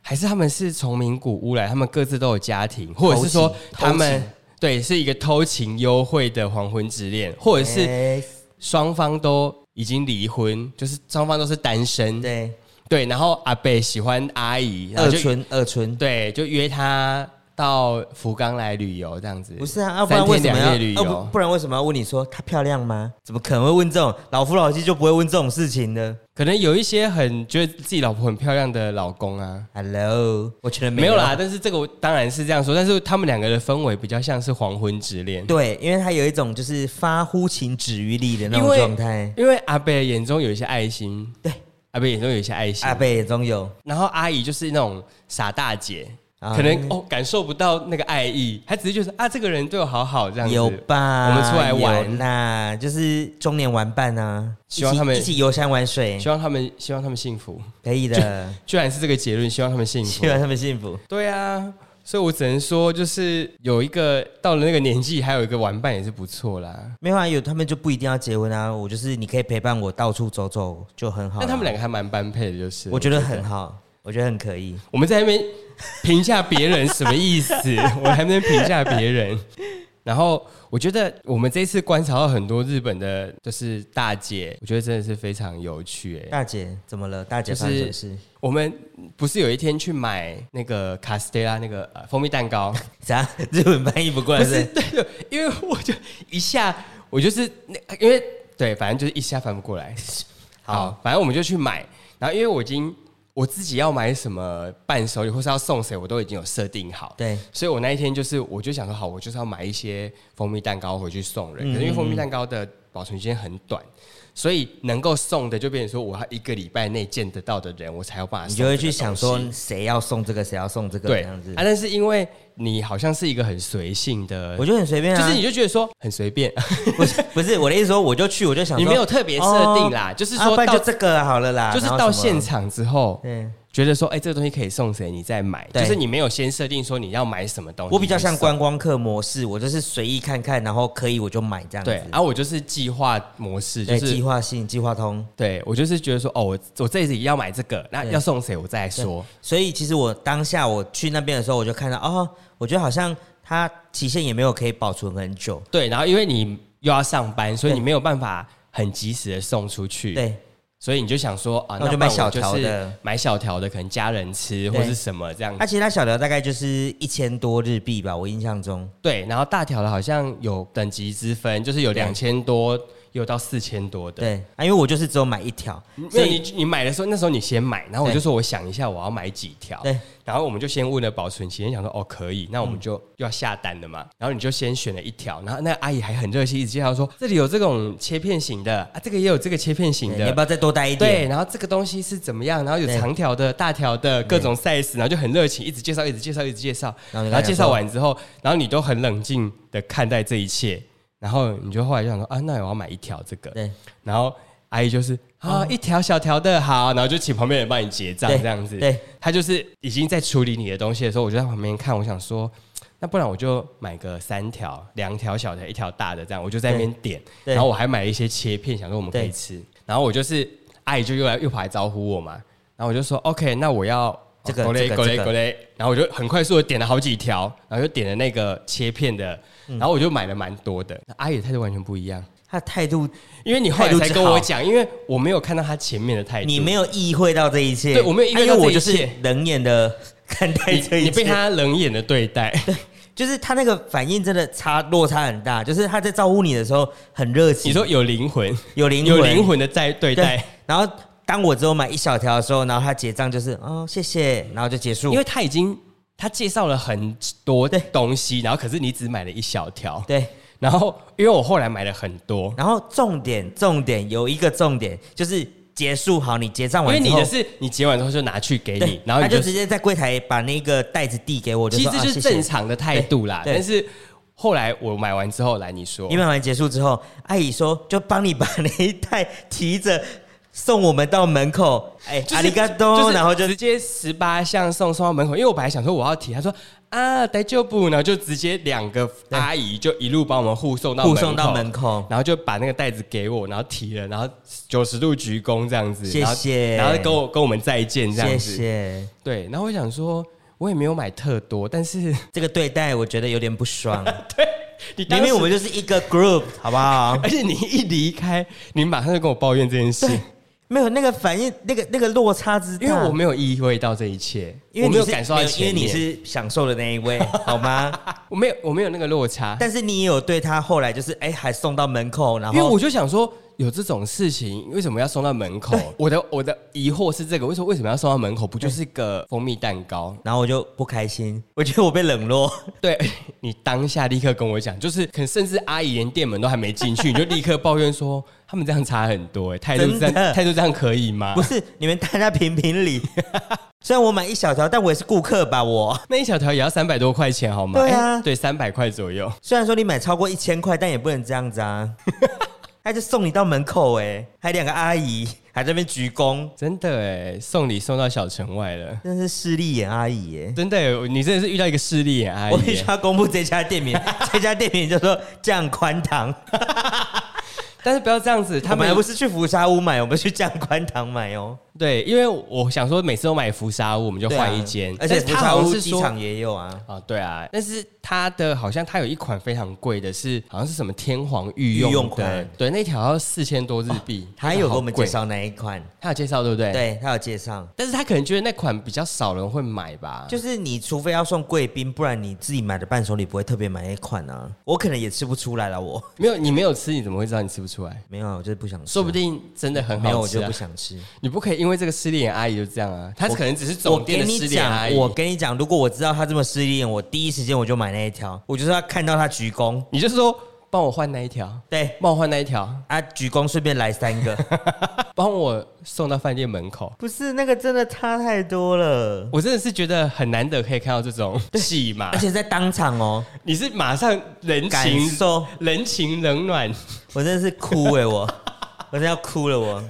S1: 还是他们是从名古屋来，他们各自都有家庭，或者是说
S2: 偷情
S1: 他
S2: 偷
S1: 们
S2: 情
S1: 对是一个偷情幽会的黄昏之恋，或者是
S2: 哎
S1: 双方都已经离婚，就是双方都是单身，
S2: 对
S1: 对，然后阿北喜欢阿姨，然
S2: 二
S1: 后就
S2: 春二春，
S1: 对，就约她到福冈来旅游这样子。
S2: 不是啊，要不
S1: 三
S2: 然为
S1: 天
S2: 什么
S1: 两夜旅
S2: 要？
S1: 游、
S2: 要不不然为什么要问你说她漂亮吗？怎么可能会问这种老夫老妻就不会问这种事情呢
S1: 可能有一些很觉得自己老婆很漂亮的老公啊，
S2: ？Hello，我觉得
S1: 没有
S2: 有
S1: 啦，但是这个我当然是这样说，但是他们两个的氛围比较像是黄昏之恋。
S2: 对，因为他有一种就是发乎情止于礼的那种
S1: 因为
S2: 状态。
S1: 因为阿贝眼中有一些爱心，
S2: 对，
S1: 阿贝眼中有一些爱心，
S2: 阿贝眼中有，
S1: 然后阿姨就是那种傻大姐，
S2: 啊
S1: 可能哦感受不到那个爱意，她只是觉得啊这个人对我好好这样子。
S2: 有吧？
S1: 我们出来玩
S2: 有啦，就是中年玩伴啊，
S1: 希望他们
S2: 一起一起游山玩水，
S1: 希望他们希望他们幸福，
S2: 可以的，
S1: 居然是这个结论，希望他们
S2: <laughs>
S1: 幸福
S2: 希。望他们幸福。
S1: 对啊，所以我只能说，就是有一个到了那个年纪，还有一个玩伴也是不错啦。
S2: 没有啊，有他们就不一定要结婚啊。我就是你可以陪伴我到处走走，就很好啦。啊
S1: 但他们两个还蛮般配的，就是
S2: 我觉得很好，我觉得很可以。
S1: <laughs> 我们在那边评价别人什么意思？我还在那边评价别人，然后我觉得我们这次观察到很多日本的，就是大姐，我觉得真的是非常有趣哎、
S2: 大姐怎么了？大姐
S1: 就是
S2: 发生什么事？
S1: 我们不是有一天去买那个卡斯蒂拉那个呃蜂蜜蛋糕，
S2: 啥？ <laughs> 日本翻译不过来
S1: 不
S2: 是
S1: 是对，因为我就一下我就是那因为对，反正就是一下翻不过来。好，反正我们就去买，然后因为我已经我自己要买什么伴手礼或是要送谁，我都已经有设定好。
S2: 对，
S1: 所以我那一天就是，我就想说，好，我就是要买一些蜂蜜蛋糕回去送
S2: 嗯
S1: 人。可是因为蜂蜜蛋糕的保存时间很短，所以能够送的就变成说，我要一个礼拜内见得到的人，我才有办法
S2: 你
S1: 送
S2: 就会去
S1: 这个
S2: 想
S1: 东西
S2: 说谁要送这个，谁要送这个
S1: 对
S2: 这样子
S1: 啊。。但是因为你好像是一个很随性的
S2: 我，就很随便
S1: 就
S2: 啊，
S1: 是你就觉得说很随便，
S2: <laughs> 不是不是我的意思说，我就去，我就
S1: <laughs>
S2: 想
S1: 你
S2: 说
S1: 没有特别设定啦，
S2: 哦
S1: 就是
S2: 啊
S1: 说
S2: 不然
S1: 到、
S2: 就这个好了啦，
S1: 就是
S2: 然后
S1: 到
S2: 什么嗯
S1: 现场之后，
S2: 对。
S1: 觉得说，哎、这个东西可以送谁，你再买，
S2: 对
S1: 就是你没有先设定说你要买什么东西。
S2: 我比较像
S1: 关
S2: 观光客模式，我就是随意看看，然后可以我就买这样子。
S1: 对，然、啊、后我就是计划模式，就
S2: 对，计
S1: 是
S2: 划性、计划通。
S1: 对我就是觉得说，哦，我我这里要买这个，那
S2: 对
S1: 要送谁我再来说。
S2: 所以其实我当下我去那边的时候，我就看到哦，我觉得好像它期限也没有可以保存很久。
S1: 对，然后因为你又要上班，所以
S2: 对
S1: 你没有办法很及时的送出去。
S2: 对，
S1: 所以你就想说啊，
S2: 那我就
S1: 不然
S2: 买小
S1: 就
S2: 条
S1: 是
S2: 的
S1: 买小条的，可能家人吃
S2: 对
S1: 或是什么这样
S2: 它、。啊其实它小条大概就是一千多日币吧，我印象中。
S1: 对，然后大条的好像有等级之分，就是有
S2: 对
S1: 两千多，有到四千多的。
S2: 对，啊，因为我就是只有买一条，
S1: 所
S2: 所
S1: 以
S2: 以
S1: 你你买的时候，那时候你先买，然后我
S2: 对
S1: 就说我想一下我要买几条，
S2: 对，嗯
S1: 然后我们就先问了保存期，想说哦可以，那我们就要下单了嘛，然后你就先选了一条，然后那个阿姨还很热心，一直介绍说这里有这种切片型的啊，这个也有这个切片型
S2: 对嗯你要不
S1: 的。
S2: 要再多带一
S1: 对，
S2: 点？
S1: 然后这个东西是怎么样？然后有
S2: 对
S1: 长条的、大条的各种 size，然后就很热情，一直介绍、一直介绍、一直介绍。
S2: 然后你
S1: 然
S2: 跟他
S1: 后
S2: 讲
S1: 介绍
S2: 说
S1: 完之后，然后你都很冷静的看待这一切，然后你就后来就想说啊，那我要买一条这个。
S2: 对哦
S1: 然后阿姨就是啊，一条小条的好，然后就请旁边人帮你结账
S2: 对
S1: 这样子。
S2: 对，
S1: 他就是已经在处理你的东西的时候，我就在旁边看，我想说，那不然我就买个三条、两条小条、一条大的这样，我就在那边点，
S2: 对
S1: 然后我还买了一些切片，想说我们可以
S2: 对
S1: 吃。然后我就是阿姨就又来又跑来招呼我嘛，然后我就说 OK，那我要。
S2: 这个
S1: 狗嘞
S2: 这个
S1: 狗嘞
S2: 这个
S1: 狗嘞，然后我就很快速的点了好几条，然后就点了那个切片的，
S2: 嗯
S1: 然后我就买了蛮多的。那阿姨的态度完全不一样，
S2: 他的态度，
S1: 因为你后来才跟我讲，因为我没有看到他前面的态度，
S2: 你没有意会到这一切，
S1: 对我没有意会
S2: 啊因
S1: 到
S2: 为
S1: 这
S2: 我
S1: 一
S2: 就是
S1: 切
S2: 冷眼的看待这
S1: 你，
S2: 一
S1: 你被
S2: 切，
S1: 他冷眼的对待，
S2: 就是他那个反应真的差落差很大，就是他在照顾你的时候很热情，
S1: 你说有灵魂，
S2: 有灵
S1: 有灵魂的在对
S2: 对
S1: 待，，
S2: 然后当我只有买一小条的时候，然后他结账就是哦谢谢，然后就结束，
S1: 因为他已经他介绍了很多
S2: 对
S1: 东西，然后可是你只买了一小条，
S2: 对，
S1: 然后因为我后来买了很多，
S2: 然后重点重点有一个重点就是结束好你结账
S1: 因为
S2: 完之
S1: 你
S2: 后，
S1: 的是你结完之后就拿去给
S2: 对
S1: 你，然后
S2: 他
S1: 你
S2: 就
S1: 就
S2: 直接在柜台把那个袋子递给我，我就
S1: 其实这
S2: 说
S1: 就是
S2: 啊谢谢
S1: 正常的态度啦，
S2: 对对
S1: 但是后来我买完之后来你说
S2: 你。买完结束之后，阿姨说就帮你把那一袋提着送我们到门口，哎，
S1: 就是
S2: 阿里嘎
S1: 就
S2: 多，
S1: 是
S2: 然后就
S1: 直接十八项送送到门口，因为我本来想说我要提，他说啊，待就不，然后就直接两个阿姨就一路把我们护送到
S2: 护送到
S1: 门
S2: 门
S1: 口，
S2: 口，
S1: 然后就把那个袋子给我，然后提了，然后九十度鞠躬这样子，
S2: 谢谢
S1: 然后然后跟我跟我们再见这样
S2: 谢
S1: 子，
S2: 谢。
S1: 对，然后我想说。我也没有买特多，但
S2: <laughs>
S1: 是
S2: 这个对待我觉得有点
S1: <laughs>
S2: 不爽，
S1: 你当 <laughs>
S2: 明
S1: 时
S2: 明我们就是一个 group，好
S1: <laughs>
S2: 不好？
S1: 而且你一离开，你马上就跟我抱怨这件事，
S2: 没有那个反应，那个那个落差之大，
S1: 因为我没有意会到这一切，
S2: 因
S1: 我
S2: 为你
S1: 没有
S2: 是
S1: 感受到
S2: 没有因
S1: 前
S2: 为
S1: 面，
S2: 你是享受的那一
S1: <laughs>
S2: 位，好吗？
S1: 我没有我没有那个落差，
S2: 但是你也有对他后来就是哎，还送到门口，然
S1: 因为
S2: 后
S1: 我就想说，有这种事情为什么要送到门口？我的我的疑惑是这个，为什么为什么要送到门口？不就是个蜂蜜蛋
S2: <laughs>
S1: 糕？
S2: 然后我就不开心，我觉得我被冷落，
S1: 对你当下立刻跟我讲，就是可能甚至阿姨连店门都还没进去，你就立刻抱怨说他们这样差很多、欸，态度这
S2: 真的
S1: 样态度这样可以吗
S2: 不？是你们大家评评理。 <laughs> 虽然我买一小条，但我也是顾客吧，我。
S1: 那一小条也要三百多块钱好吗？
S2: 对啊
S1: 欸对，三百块左右。
S2: 虽然说你买超过一千块，但也不能这样
S1: <laughs>
S2: 子啊。他就送你到门口、哎，还有两个阿姨还在那边鞠躬，
S1: 真的哎、送礼送到小城外了，
S2: 真是势利眼阿姨、哎。
S1: 真的、欸，你真的是遇到一个势利眼阿
S2: 我
S1: 姨、
S2: 必
S1: 欸
S2: 须。要公布这家
S1: <laughs>
S2: 店名，这家店名叫做酱宽堂。
S1: 但是不要这样子，
S2: 他
S1: 他
S2: 们
S1: 们
S2: 还不是去福沙屋买，我们去酱宽堂买哦。
S1: 对，因为我想说每次都买福沙屋，我们就
S2: 对啊
S1: 换一间，
S2: 而且
S1: 但是
S2: 福
S1: 它
S2: 茶
S1: 好像
S2: 屋
S1: 是
S2: 机
S1: 说
S2: 场也有啊，
S1: 啊，对啊，但是它的好像它有一款非常贵的是，好像是什么天皇御
S2: 御用
S1: 用的
S2: 款，哦
S1: 对，那条要四千多日币，
S2: 他有给我们介
S1: 那个好贵，
S2: 绍那一款，
S1: 他有介绍对不对？。
S2: 对他有介绍，
S1: 但是他可能觉得那款比较少人会买吧，就
S2: 就是你除非要送贵宾，不然你自己买的伴手礼不会特别买那一款啊。我可能也吃不出来了，我 <laughs>
S1: 没有你没有吃，你怎么会知道你吃不出来？
S2: 没有啊，我就是不想吃，
S1: 说不定真的很
S2: 没有
S1: 好
S2: 我
S1: 吃、
S2: 就
S1: 啊
S2: 不。想吃。
S1: 你不可以因为这个失恋阿姨就这样啊，她可能只是
S2: 我
S1: 总店
S2: 跟
S1: 的
S2: 你
S1: 失恋阿
S2: 讲，
S1: 姨。
S2: 我跟你讲，如果我知道他这么失恋，我第一时间我就买那一条，我就是要看到他鞠躬，
S1: 你就说帮我换那一条，
S2: 对
S1: 帮我换那一条，
S2: 啊，鞠躬顺便来三个，
S1: <laughs> 帮我送到饭店门口。
S2: 不是那个真的差太多了，
S1: 我真的是觉得很难得可以看到这
S2: <laughs>
S1: 种戏嘛
S2: 而，且在当场哦，
S1: 你是马上人
S2: 感
S1: <laughs> 情
S2: 受
S1: 人情冷暖，
S2: 我真的是哭
S1: <laughs>
S2: 哎、我我真的要哭了我，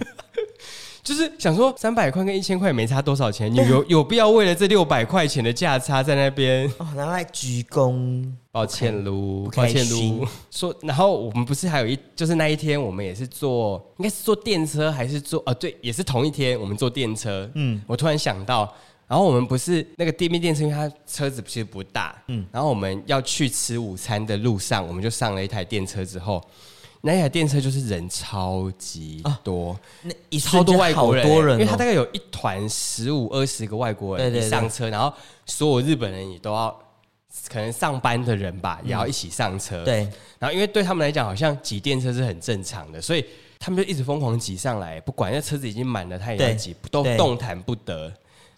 S1: 就是想说三百块跟一千块也没差多少钱，你有有必要为了这六百块钱的价差在那边？
S2: 哦，然后来鞠躬，
S1: 抱歉撸，
S2: 不
S1: 抱
S2: 开
S1: 歉撸
S2: 心。
S1: 说，然后我们不是还有一，就是那一天我们也是坐，应该是坐电车还是坐？哦，对，也是同一天，我们坐电车。嗯，我突然想到，然后我们不是那个地面电车，因为它车子其实不大，嗯，然后我们要去吃午餐的路上，我们就上了一台电车之后。那一台电车就是人超级
S2: 啊
S1: 多，
S2: 那一
S1: 超
S2: 瞬
S1: 多
S2: 间
S1: 外
S2: 好
S1: 国人，欸
S2: 多人、哦，
S1: 因为他大概有一团十五二十个外国人
S2: 对对
S1: 一
S2: 对
S1: 上车，然后所有日本人也都要，可能上班的人吧，也要一起上车。，
S2: 嗯对。
S1: 然后因为对他们来讲，好像挤电车是很正常的，所以他们就一直疯狂挤上来，不管那车子已经满了，他也要
S2: 对
S1: 挤，都
S2: 对
S1: 动弹不得。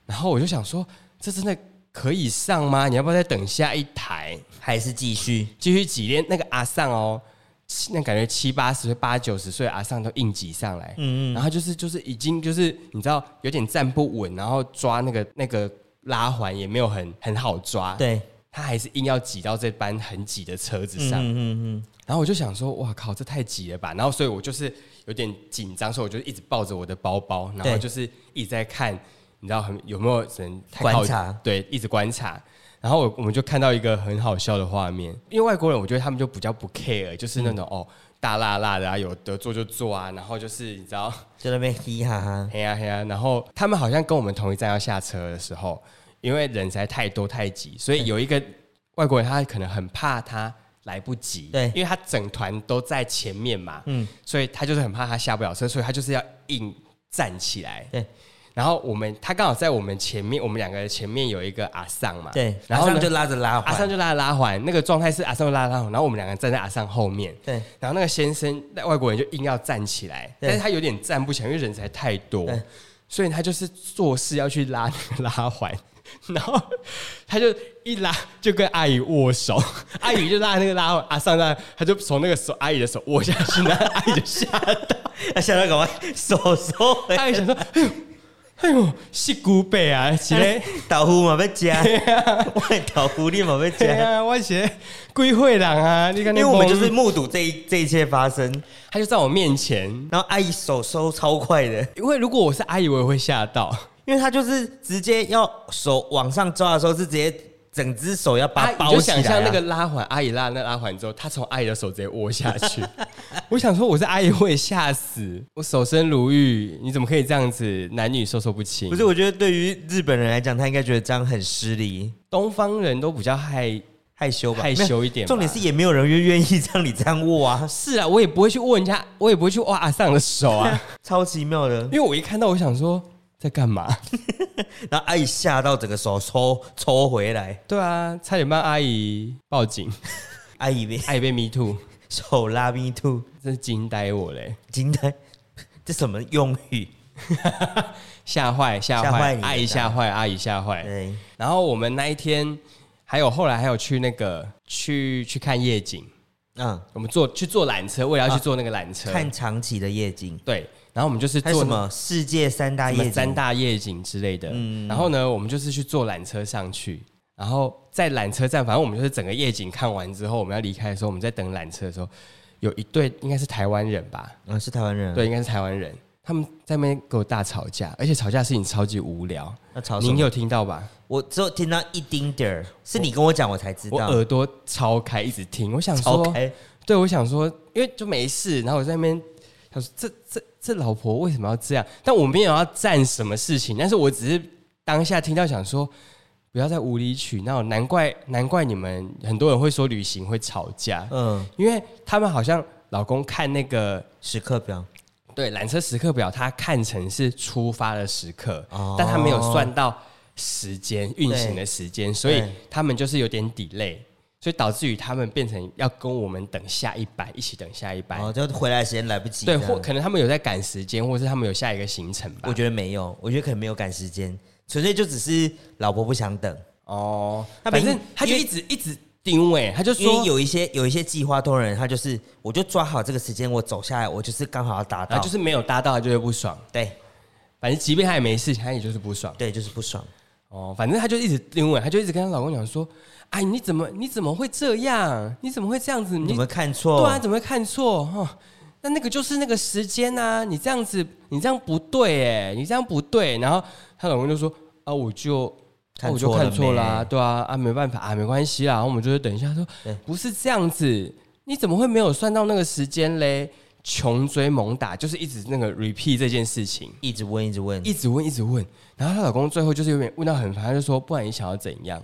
S1: 然后我就想说，这真的可以上吗？你要不要再等下一台？
S2: 还是继续。
S1: 继续挤，连那个阿尚哦，七那感觉七八十岁、八九十岁的阿尚都硬挤上来，嗯然后就是就是已经就是你知道有点站不稳，然后抓那个那个拉环也没有很很好抓，，
S2: 对，
S1: 他还是硬要挤到这班很挤的车子
S2: 嗯
S1: 上，
S2: 嗯嗯，
S1: 然后我就想说，哇靠，这太挤了吧，然后所以我就是有点紧张，所以我就一直抱着我的包包，然后
S2: 对
S1: 就是一直在看，你知道很有没有人太
S2: 观
S1: 靠
S2: 察
S1: 对，一直观察。然后我我们就看到一个很好笑的画面，因为外国人我觉得他们就比较不 care，就是那
S2: 嗯
S1: 种、哦大辣辣的啊，有得做就做啊，然后就是你知道，
S2: 就那边嘻哈哈，
S1: 嘿呀、嘿呀、然后他们好像跟我们同一站要下车的时候，因为人实在太多太挤，所以有一个外国人他可能很怕他来不及，
S2: 对
S1: 因为他整团都在前面嘛，
S2: 嗯，
S1: 所以他就是很怕他下不了车，所以他就是要硬站起来，
S2: 对。
S1: 然后我们他刚好在我们前面，我们两个前面有一个阿尚嘛，
S2: 对，
S1: 然
S2: 然
S1: 后
S2: 后
S1: 呢
S2: 就拉着拉
S1: 阿尚
S2: 环，
S1: 就拉拉环，那个状态是阿尚就拉拉环，然后我们两个站在阿尚后面，
S2: 对
S1: 然后那个先生，那外国人就硬要站起来，
S2: 对
S1: 但是他有点站不起来，因为人才太多
S2: 对，
S1: 所以他就是做事要去拉那个拉环， <laughs> 然后他就一拉就跟阿姨握手， <laughs> 阿姨就拉那个拉环，阿上拉，他就从那个手阿姨的手握下去，然后阿姨就吓
S2: <laughs>
S1: 到，
S2: 啊，想到赶快手收 <laughs> 回，
S1: 阿姨想说，哎呦，哎呦，是古北啊，是嘞。
S2: 豆腐嘛
S1: <laughs>
S2: 要吃，我豆腐你嘛要
S1: 啊对
S2: 吃，
S1: 啊，我写鬼会人啊！你看
S2: 哎因
S1: 那
S2: 为
S1: 个，
S2: 我们就是目睹这一这一切发生，
S1: 他就在我面前，
S2: 然后阿姨手收超快的，
S1: 因为如果我是阿姨，我也会吓到。
S2: 因为她就是直接要手往上抓的时候是直接整只手要把
S1: 阿
S2: 它
S1: 姨
S2: 包
S1: 就
S2: 起来
S1: 想
S2: 啊，
S1: 象那个拉环，阿姨拉那拉环之后，她从阿姨的手直接握下去。 <laughs> 我想说，我是阿姨，我也吓死，我守身如玉，你怎么可以这样子，男女授受不亲？
S2: 不是，，我觉得对于日本人来讲，他应该觉得这样很失礼。
S1: 东方人都比较害。
S2: 害羞吧，
S1: 害羞一点吧
S2: 重点是也没有人愿愿意让你这样握啊，
S1: 是啊，我也不会去握人家，我也不会去握阿尚的手啊，
S2: 超奇妙的
S1: <laughs> 因。为我一看到，我想说在干嘛？
S2: 然后阿姨吓到整个手抽抽回来，
S1: 对啊，差点帮阿姨报警，
S2: 阿姨被
S1: 阿姨被 me too，
S2: 手拉 me too，
S1: 真是惊呆我嘞，
S2: 惊呆，这什么用语？
S1: 吓坏吓
S2: 吓坏
S1: 坏，
S2: 你了
S1: 阿姨吓坏，阿姨吓坏。
S2: 对，
S1: 然后我们那一天，还有后来还有去那个去去看夜景，
S2: 嗯，
S1: 我们坐去坐缆车，为了要去坐那个缆车，
S2: 啊看长崎的夜景，
S1: 对，然后我们就是
S2: 还有
S1: 坐
S2: 什么世界三大
S1: 那
S2: 夜
S1: 什么
S2: 景？嗯
S1: 三大夜景之类的。然后呢，我们就是去坐缆车上去，然后在缆车站，反正我们就是整个夜景看完之后，我们要离开的时候，我们在等缆车的时候，有一对应该是台湾人吧，
S2: 啊，是台湾人。，
S1: 对，应该是台湾人，他们在那边跟我大吵架，而且吵架的事情超级无聊。
S2: 那吵什
S1: 您
S2: 么？
S1: 有听到吧？
S2: 我只有听到一丁点儿，是你跟我讲我才知
S1: 我
S2: 道。
S1: 耳朵超开，一直听。我想说，
S2: 超开，
S1: 对，我想说，因为就没事，然后我在那边他说这这这老婆为什么要这样？但我没有要赞什么事情，但是我只是当下听到想说。不要再无理取闹，难怪难怪你们很多人会说旅行会吵架，
S2: 嗯，
S1: 因为他们好像老公看那个
S2: 时刻表，
S1: 对缆车时刻表，他看成是出发的时刻，
S2: 哦
S1: 但他没有算到时间运行的时间，所以
S2: 对
S1: 他们就是有点 delay，所以导致于他们变成要跟我们等下一班，一起等下一班。
S2: 然后就回来的时间来不哦及这
S1: 对，
S2: 样。
S1: 或可能他们有在赶时间，或是他们有下一个行程吧。
S2: 我觉得没有，我觉得可能没有赶时间，纯粹就只是老婆不想等。
S1: 哦，
S2: 他
S1: 反
S2: 每
S1: 正他就
S2: 因为
S1: 一直一直定位，他就
S2: 因
S1: 说
S2: 为有一些有一些计划通人，他就是我就抓好这个时间，我走下来，我就是刚好要达
S1: 然
S2: 到，
S1: 后就是没有搭到，他就会不爽。
S2: 对
S1: 反正即便他也没事，他也就是不爽。
S2: 对，就是不爽。
S1: 哦，反正她就一直定位，她就一直跟她老公讲说：“哎，你怎么你怎么会这样？你怎么会这样子？
S2: 你
S1: 你
S2: 有没有看错？
S1: 对啊，怎么会看错？哈、那那个就是那个时间啊，你这样子，你这样不对哎，你这样不对。”然后她老公就说：“啊，我就。”啊
S2: 看
S1: 我就
S2: 错了
S1: 看错啦、
S2: 没
S1: 对啊，啊，没办法啊，没关系啦，然后我们就是等一下。她说
S2: 对
S1: 不是这样子，你怎么会没有算到那个时间嘞？穷追猛打，就是一直那个 repeat 这件事情。
S2: 一直问，一直问，
S1: 一直问，一直问，然后她老公最后就是有点问到很烦，他就说：“不然你想要怎样？”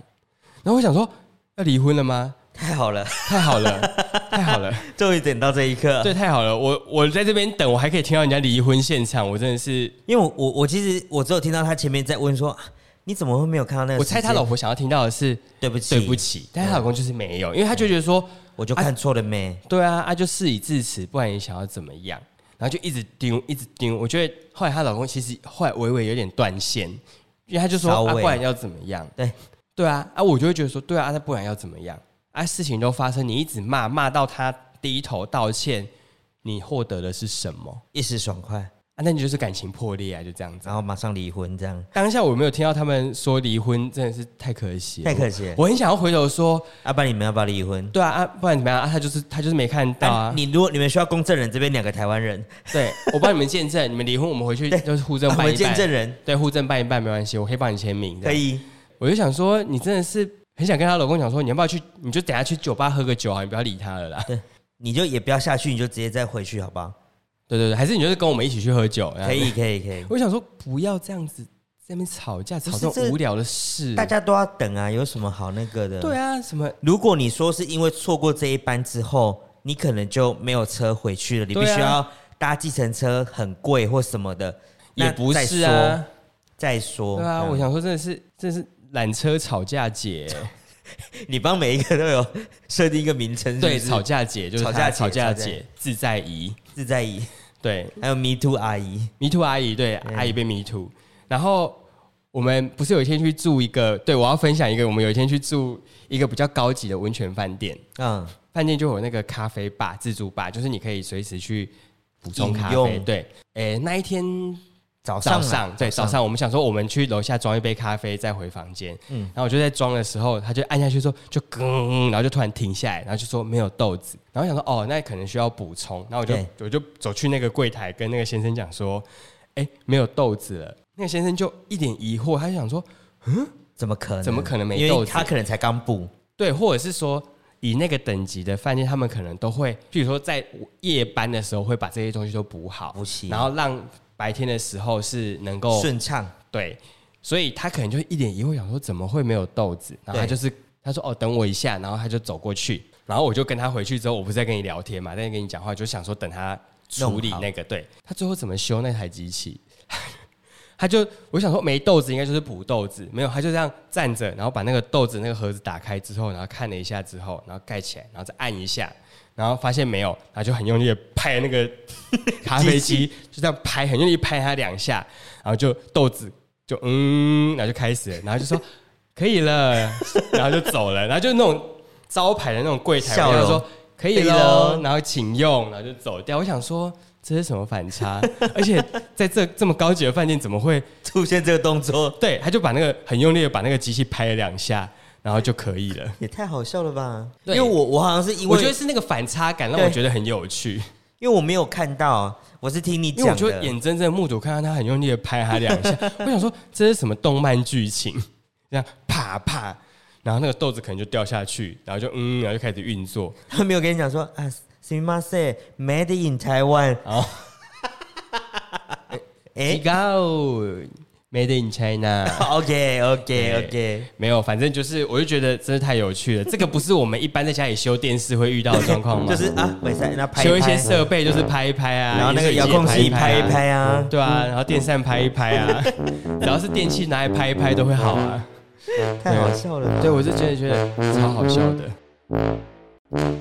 S1: 然后我想说：“要离婚了吗？
S2: 太好了， <laughs>
S1: 太好了，太好了，
S2: 终于等到这一刻。
S1: <laughs> 对，太好了！我我在这边等，我还可以听到人家离婚现场，我真的是，
S2: 因为我我我其实我只有听到他前面在问说，啊你怎么会没有看到那个？
S1: 我猜她老，婆想要听到的是
S2: 对不起，
S1: 对不，起，但她老公就是没有，因为她就觉得说
S2: 我就看错了没？：“
S1: 对啊，啊就事已至此，不然你想要怎么样？”然后就一直丢，一直丢。我觉得后来她老公其实后来微微有点断线，因为他就说：“
S2: 稍
S1: 啊，
S2: 微
S1: 不然要怎么样？”
S2: 对，
S1: 对啊，啊，我就会觉得说，对啊，那不然要怎么样？啊，事情都发生，你一直骂，骂到他低头道歉，你获得的是什么？
S2: 一时爽快，
S1: 啊，那你就是感情破裂啊，就这样子。
S2: 然后马上离婚，这样
S1: 当下我没有听到他们说离婚，真的是太可惜了，
S2: 太可惜了
S1: 我很想要回头说，
S2: 要不然你们要不要离婚？
S1: 对啊，啊，不然怎么样？啊，他就是他就是没看到
S2: 啊
S1: 啊，。
S2: 你如果你们需要公证人，这边两个台湾人，
S1: 对我帮你们见证，你们离婚，我们回
S2: <laughs>
S1: 去就是互证
S2: 啊我
S1: 办一
S2: 们
S1: 办，
S2: 见证人
S1: 对互证办一办没关系，我可以帮你签名。这样
S2: 可以。
S1: 我就想说，你真的是很想跟她老公讲说，你要不要去？你就等下去酒吧喝个酒啊，你不要理他了啦。 <laughs>
S2: 你就也不要下去，你就直接再回去，好不好？
S1: 对对对，还是你就是跟我们一起去喝 <laughs> 酒？
S2: 可以，。可以，可以，
S1: 我想说，不要这样子在那边吵架，吵
S2: 是
S1: 这种
S2: 这
S1: 无聊的事。
S2: <laughs> 大家都要等啊，有什么好那个的？
S1: 对啊，什么？
S2: 如果你说是因为错过这一班之后，你可能就没有车回去了，你必
S1: 对啊
S2: 须要搭计程车，很贵或什么的，那
S1: 也不
S2: 再
S1: 是
S2: 说
S1: 啊，
S2: 再说。
S1: 对啊，
S2: 哦这样
S1: 我想说真的是，真的是缆车吵架
S2: <laughs>
S1: 姐，
S2: 你帮每一个都有设定一个名称，
S1: 对，
S2: 是不是
S1: 吵架姐就是
S2: 吵
S1: 她
S2: 架姐
S1: 吵架
S2: 吵架
S1: 姐
S2: 姐
S1: 自在姨，
S2: 自在姨，
S1: 对，
S2: 还有 Me Too 阿姨，
S1: 迷途阿姨，对，
S2: 嗯
S1: 阿姨被迷途。然后我们不是有一天去住一个，对我要分享一个，我们有一天去住一个比较高级的温泉饭店，
S2: 嗯，
S1: 饭店就有那个咖啡吧、自助吧，就是你可以随时去补充
S2: 饮
S1: 咖啡。
S2: 用
S1: 对，诶、那一天
S2: 早上
S1: 早
S2: 啊
S1: 上，对，早上我们想说我们去楼下装一杯咖啡再回房间，嗯，然后我就在装的时候，他就按下去说就更，然后就突然停下来，然后就说没有豆子，然后想说哦，那可能需要补充，然后我就
S2: 对
S1: 我就走去那个柜台跟那个先生讲说，哎，没有豆子了。那个先生就一脸疑惑，他就想说，
S2: 怎么可能？
S1: 怎么可能没
S2: 因
S1: 豆
S2: 为
S1: 子
S2: 他可能才刚补，
S1: 对，或者是说以那个等级的饭店，他们可能都会，譬如说在夜班的时候会把这些东西都补好，
S2: 补齐
S1: 然后让白天的时候是能够
S2: 顺畅，
S1: 对，所以他可能就一脸疑惑，想说怎么会没有豆子？然后他
S2: 对
S1: 就是他说哦，等我一下，然后他就走过去，然后我就跟他回去之后，我不是在跟你聊天嘛，在跟你讲话，就想说等他处理
S2: 弄好
S1: 那个。对他最后怎么修那台机器？ <laughs> 他就我想说没豆子应该就是补豆子，没有，他就这样站着，然后把那个豆子那个盒子打开之后，然后看了一下之后，然后盖起来，然后再按一下，然后发现没有，然后就很用力的拍那个 <laughs> 咖啡机，就这样拍，很用力拍它两下，然后就豆子就嗯，然后就开始了，然后就说可以了， <laughs> 然后就走了，然后就那种招牌的那种柜台，
S2: 笑
S1: 然
S2: 容
S1: 后说可以
S2: 可以
S1: 喽
S2: 咯，
S1: 然后请用，然后就走掉。我想说这是什么反差？ <laughs> 而且在这这么高级的饭店，怎么会
S2: 出现这个动作
S1: 对？他就把那个很用力的把那个机器拍了两下，然后就可以了。
S2: 也太好笑了吧？因
S1: 对
S2: 为我我好像是因为
S1: 我觉得是那个反差感让我
S2: 对
S1: 觉得很有趣，
S2: 因为我没有看到，我是听你
S1: 因为我
S2: 讲
S1: 就
S2: 的。
S1: 眼睁睁地目睹看到他很用力的拍他两
S2: <laughs>
S1: 下，我想说这是什么动漫剧情？ <laughs> 这样啪啪，然后那个豆子可能就掉下去，然后就嗯，然后就开始运作。
S2: 他没有跟你讲说啊，すみません，Made in Taiwan，
S1: 然后
S2: 哎
S1: g o Made in China。
S2: OK OK OK，
S1: 没有，反正就是，我就觉得真是太有趣了。这个不是我们一般在家里修电视会遇到的状况吗？
S2: <laughs> 就是啊，没事，那拍
S1: 修一
S2: 拍
S1: 些设备，就是拍一拍啊，
S2: 然后那个遥控器拍一拍
S1: 啊，
S2: 啊，
S1: 对啊，然后电扇拍一拍
S2: <laughs>
S1: 啊，只要是电器拿来拍一拍都会好啊。
S2: 太好笑了吧。
S1: 对，我是真的觉得超好笑的。